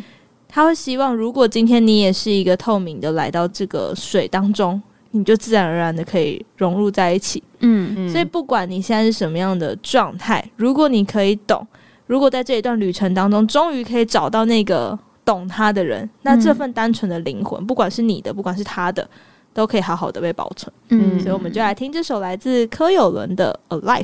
S1: 他会希望，如果今天你也是一个透明的来到这个水当中，你就自然而然的可以融入在一起。
S3: 嗯
S2: 嗯
S1: 所以不管你现在是什么样的状态，如果你可以懂，如果在这一段旅程当中，终于可以找到那个懂他的人，那
S3: 嗯
S1: 这份单纯的灵魂，不管是你的，不管是他的。都可以好好的被保存，
S3: 嗯，
S1: 所以我们就来听这首来自柯有伦的《Alive》。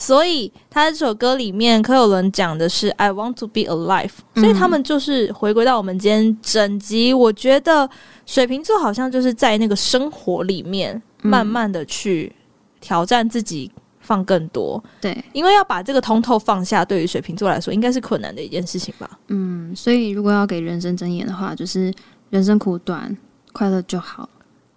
S1: 所以他这首歌里面，柯有伦讲的是 “I want to be alive”，
S3: 嗯
S1: 所以他们就是回归到我们今天整集。我觉得水瓶座好像就是在那个生活里面，
S3: 嗯
S1: 慢慢的去挑战自己，放更多，
S3: 嗯对，
S1: 因为要把这个通透放下，对于水瓶座来说应该是困难的一件事情吧。
S3: 嗯，所以如果要给人生箴言的话，就是人生苦短，快乐就好。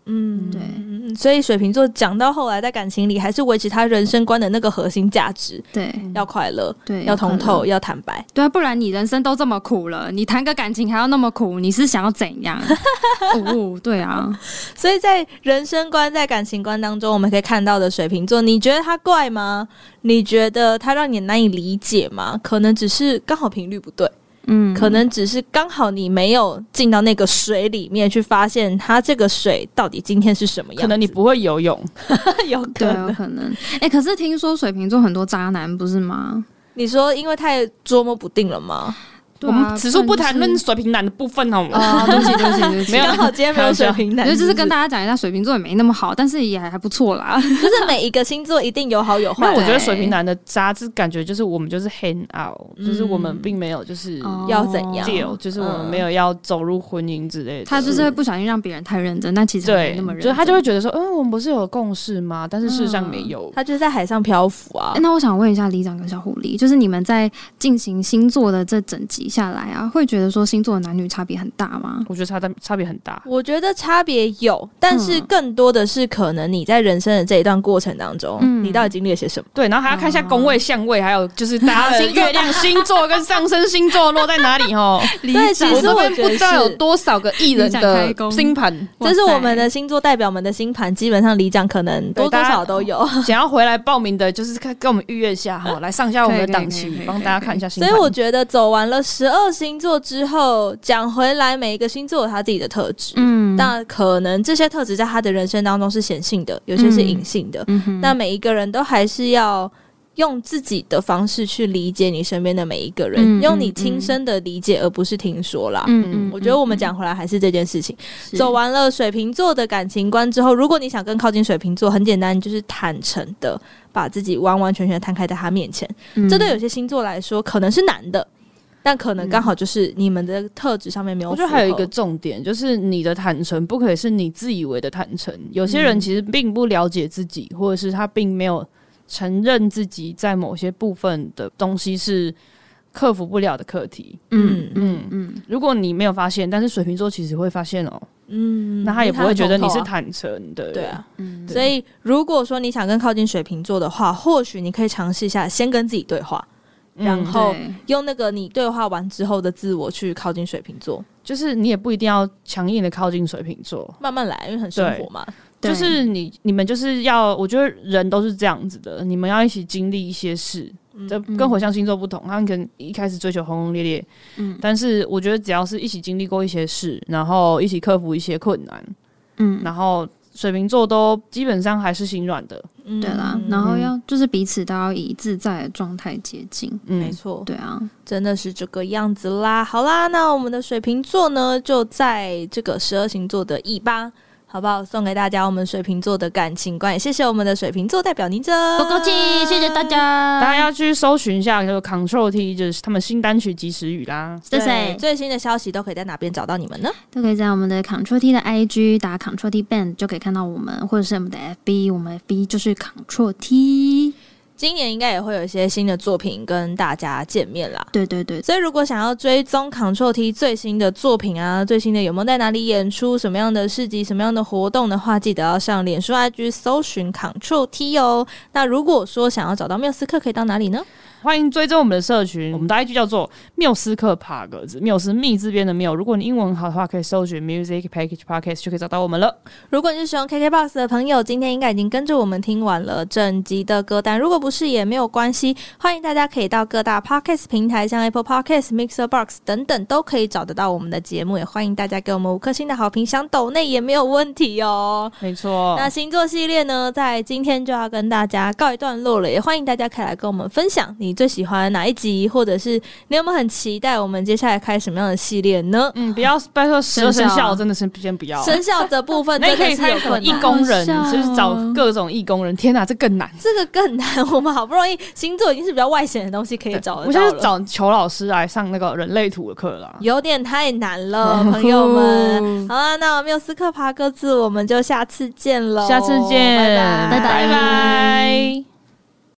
S1: 嗯，
S3: 对
S1: 嗯所以水瓶座讲到后来，在感情里还是维持他人生观的那个核心价值：
S3: 对
S1: 要快乐，
S3: 对，
S1: 嗯要通
S3: 嗯快乐
S1: 透，要坦白。
S3: 对啊，不然你人生都这么苦了，你谈个感情还要那么苦，你是想要怎 样？哦，对啊，
S1: 所以在人生观、在感情观当中，我们可以看到的水瓶座，你觉得他怪吗？你觉得他让你难以理解吗？可能只是刚好频率不对，
S3: 嗯，
S1: 可能只是刚好你没有进到那个水里面去发现它这个水到底今天是什么样子。
S2: 可能你 不会游泳，
S1: 有
S3: 对
S1: 可
S3: 啊，有
S1: 能，
S3: 可能。哎、可是听说水瓶座很多渣男，不是吗？
S1: 你说因为太捉摸不定了吗？
S3: 对
S2: 我
S3: 啊
S2: 们此处不谈论
S3: 就是
S2: 水瓶男的部分好吗？
S1: 哦
S3: 啊、对不起，对不起，对不起。
S2: 没有
S1: 刚好今天没有水瓶
S3: 我
S1: 男，
S3: 觉得就是
S1: 不
S3: 跟大家讲一下，水瓶座也没那么好，但是也还还不错
S1: 就
S3: 啦。
S1: 是每一个星座一定有好有坏
S2: 那
S1: 啊
S2: 我
S3: 对，
S2: 觉得水瓶男的渣是感觉就是我们就是 hang out，、就是我们并没有就是
S1: 要怎样
S2: deal，、就是哦我们
S1: 嗯
S2: 没有要走入婚姻之类的。
S3: 他就是会不小心让别人太认真，但其实还没
S2: 对
S3: 那么，认
S2: 就
S3: 真。
S2: 是他就会觉得说，嗯，我们不是有共识吗？但是事实上没有。
S1: 他就是在海上漂浮啊
S3: 诶。那我想问一下李长跟小狐狸，就是你们在进行星座的这整集下来啊，会觉得说星座的男女差别很大吗？
S2: 我觉得差在差别很大。
S1: 我觉得差别有，但是
S3: 嗯
S1: 更多的是可能你在人生的这一段过程当中，
S3: 嗯
S1: 你到底经历了些什么？
S2: 对，然后还要看一下宫位、相位，还有就是大家的
S1: 星座
S2: 月亮星座跟上升星座落在哪里哦。
S1: 对其实
S2: 我这边
S1: 我觉得
S2: 不知道有
S1: 是
S2: 多少个艺人
S3: 你想开
S2: 的
S3: 工
S2: 星盘，
S1: 这是我们的星座代表们的星盘，基本上里长可能多
S2: 对
S1: 多
S2: 大家
S1: 少少都有，
S2: 想要回来报名的，就是看跟我们预约一下哈，来上一下我们的档
S3: 可以可以可
S2: 期
S3: 以，
S2: 帮大家看一下星
S1: 所
S2: 盘。
S1: 以我觉得走完了十二星座之后，讲回来每一个星座有他自己的特质，
S3: 嗯
S1: 那可能这些特质在他的人生当中是显性的，有些是隐性的，
S3: 嗯哼
S1: 那每一个人都还是要用自己的方式去理解你身边的每一个人，
S3: 嗯
S1: 用你
S3: 嗯
S1: 亲
S3: 嗯
S1: 身的理解，而不是听说啦。
S3: 嗯
S1: 我觉得我们讲回来还是这件事情。走完
S3: 完
S1: 了水瓶座的感情观之后，如果你想更靠近水瓶座，很简单，你就是坦诚的
S3: 嗯
S1: 把自己完完全全地摊开在他面前。这对有些星座来说可能是难的，但可能刚好就是你们的特质上面没有
S2: 我
S1: 符合。
S2: 觉得还有一个重点就是你的坦诚不可以是你自以为的坦诚。有些
S1: 嗯
S2: 人其实并不了解自己，或者是他并没有承认自己在某些部分的东西是克服不了的课题。
S1: 嗯
S3: 嗯嗯嗯，
S2: 如果你没有发现，但是水瓶座其实会发现哦、
S1: 嗯，
S2: 那他也
S1: 因为
S2: 不会
S1: 很
S2: 觉得你
S1: 通透
S2: 是
S1: 啊
S2: 坦诚的。
S1: 对啊，
S3: 嗯
S1: 所以，如果说你想更靠近水瓶座的话，或许你可以尝试一下，先跟自己对话，
S2: 嗯，
S1: 然
S2: 后
S1: 后
S3: 对
S1: 用那个你对话完之后的自我去靠近水瓶座，
S2: 就是你也不一定要强硬的靠近水瓶座，
S1: 慢慢来，因为很生活嘛。
S3: 对
S2: 就是你你们就是要，我觉得人都是这样子的，你们要一起经历一些事。这跟火象星座不同，他们可能一开始追求轰轰烈烈，
S3: 嗯
S2: 但是我觉得只要是一起经历过一些事，然后一起克服一些困难，
S3: 嗯，
S2: 然后水瓶座都基本上还是心软的，
S1: 嗯
S3: 对啦，然后要就是彼此都要以自在的状态接近。
S1: 没
S2: 嗯，
S1: 错，
S3: 对啊，
S1: 真的是这个样子啦。好啦，那我们的水瓶座呢，就在这个十二星座的尾巴。好不好？送给大家我们水瓶座的感情观，也谢谢我们的水瓶座代表宁哲，
S3: 不客气，谢谢大
S2: 大
S3: 家。
S2: 家要去搜寻一下，就是 Control T，就是他们新单曲及时雨啦。
S3: 谢
S1: 对
S3: 谢。
S1: 最新的消息都可以在哪边找到你们呢？
S3: 都可以在我们的 Ctrl T 的 IG 打 Ctrl T Band 就可以看到我们，或者是我们的 FB，我们 FB 就是 Ctrl T。
S1: 今年应该也会有一些新的作品跟大家见面啦。
S3: 对对对，
S1: 所以，如果想要追踪 Control T 最新的作品啊，最新的有没有在哪里演出、什么样的市集、什么样的活动的话，记得要上脸书 IG 搜寻 Control T 哦。那如果说想要找到缪斯克，可以到哪里呢？
S2: 欢迎追踪我们的社群，我们的 IG 叫做缪斯克帕格子，缪是密字边的缪。如果你英文好的话，可以搜寻 Music Package Podcast 就可以找到我们了。
S1: 如果你是使用 KKBOX 的朋友，今天应该已经跟着我们听完了整集的歌单。如果不是也没有关系，欢迎大家可以到各大 Podcast 平台，像 Apple Podcast、Mixer Box 等等，都可以找得到我们的节目。也欢迎大家给我们五颗星的好评，想抖内也没有问题哦。
S2: 没错，
S1: 那星座系列呢，在今天就要跟大家告一段落了，也欢迎大家可以来跟我们分享你最喜欢哪一集，或者是你有没有很期待我们接下来开什么样的系列呢？
S2: 嗯，不要拜托十二生
S3: 生肖
S2: 肖，真的是先不要。
S1: 生肖的部分
S2: 那
S1: 真
S2: 你可
S1: 的
S2: 以
S1: 是有
S2: 开什么
S1: 困
S2: 义
S1: 难。
S2: 工人，
S3: 好笑哦
S2: 就是找各种义工人。天哪，这更难。
S1: 这个更难，我们好不容易星座已经是比较外显的东西可以找得到
S2: 我现在
S1: 了，
S2: 找裘老师来上那个人类图的课啦。
S1: 有点太难了，朋友们。好了，那缪斯克爬格子，我们就下次见喽，
S2: 下次见，
S1: 拜拜
S3: 拜
S2: 拜拜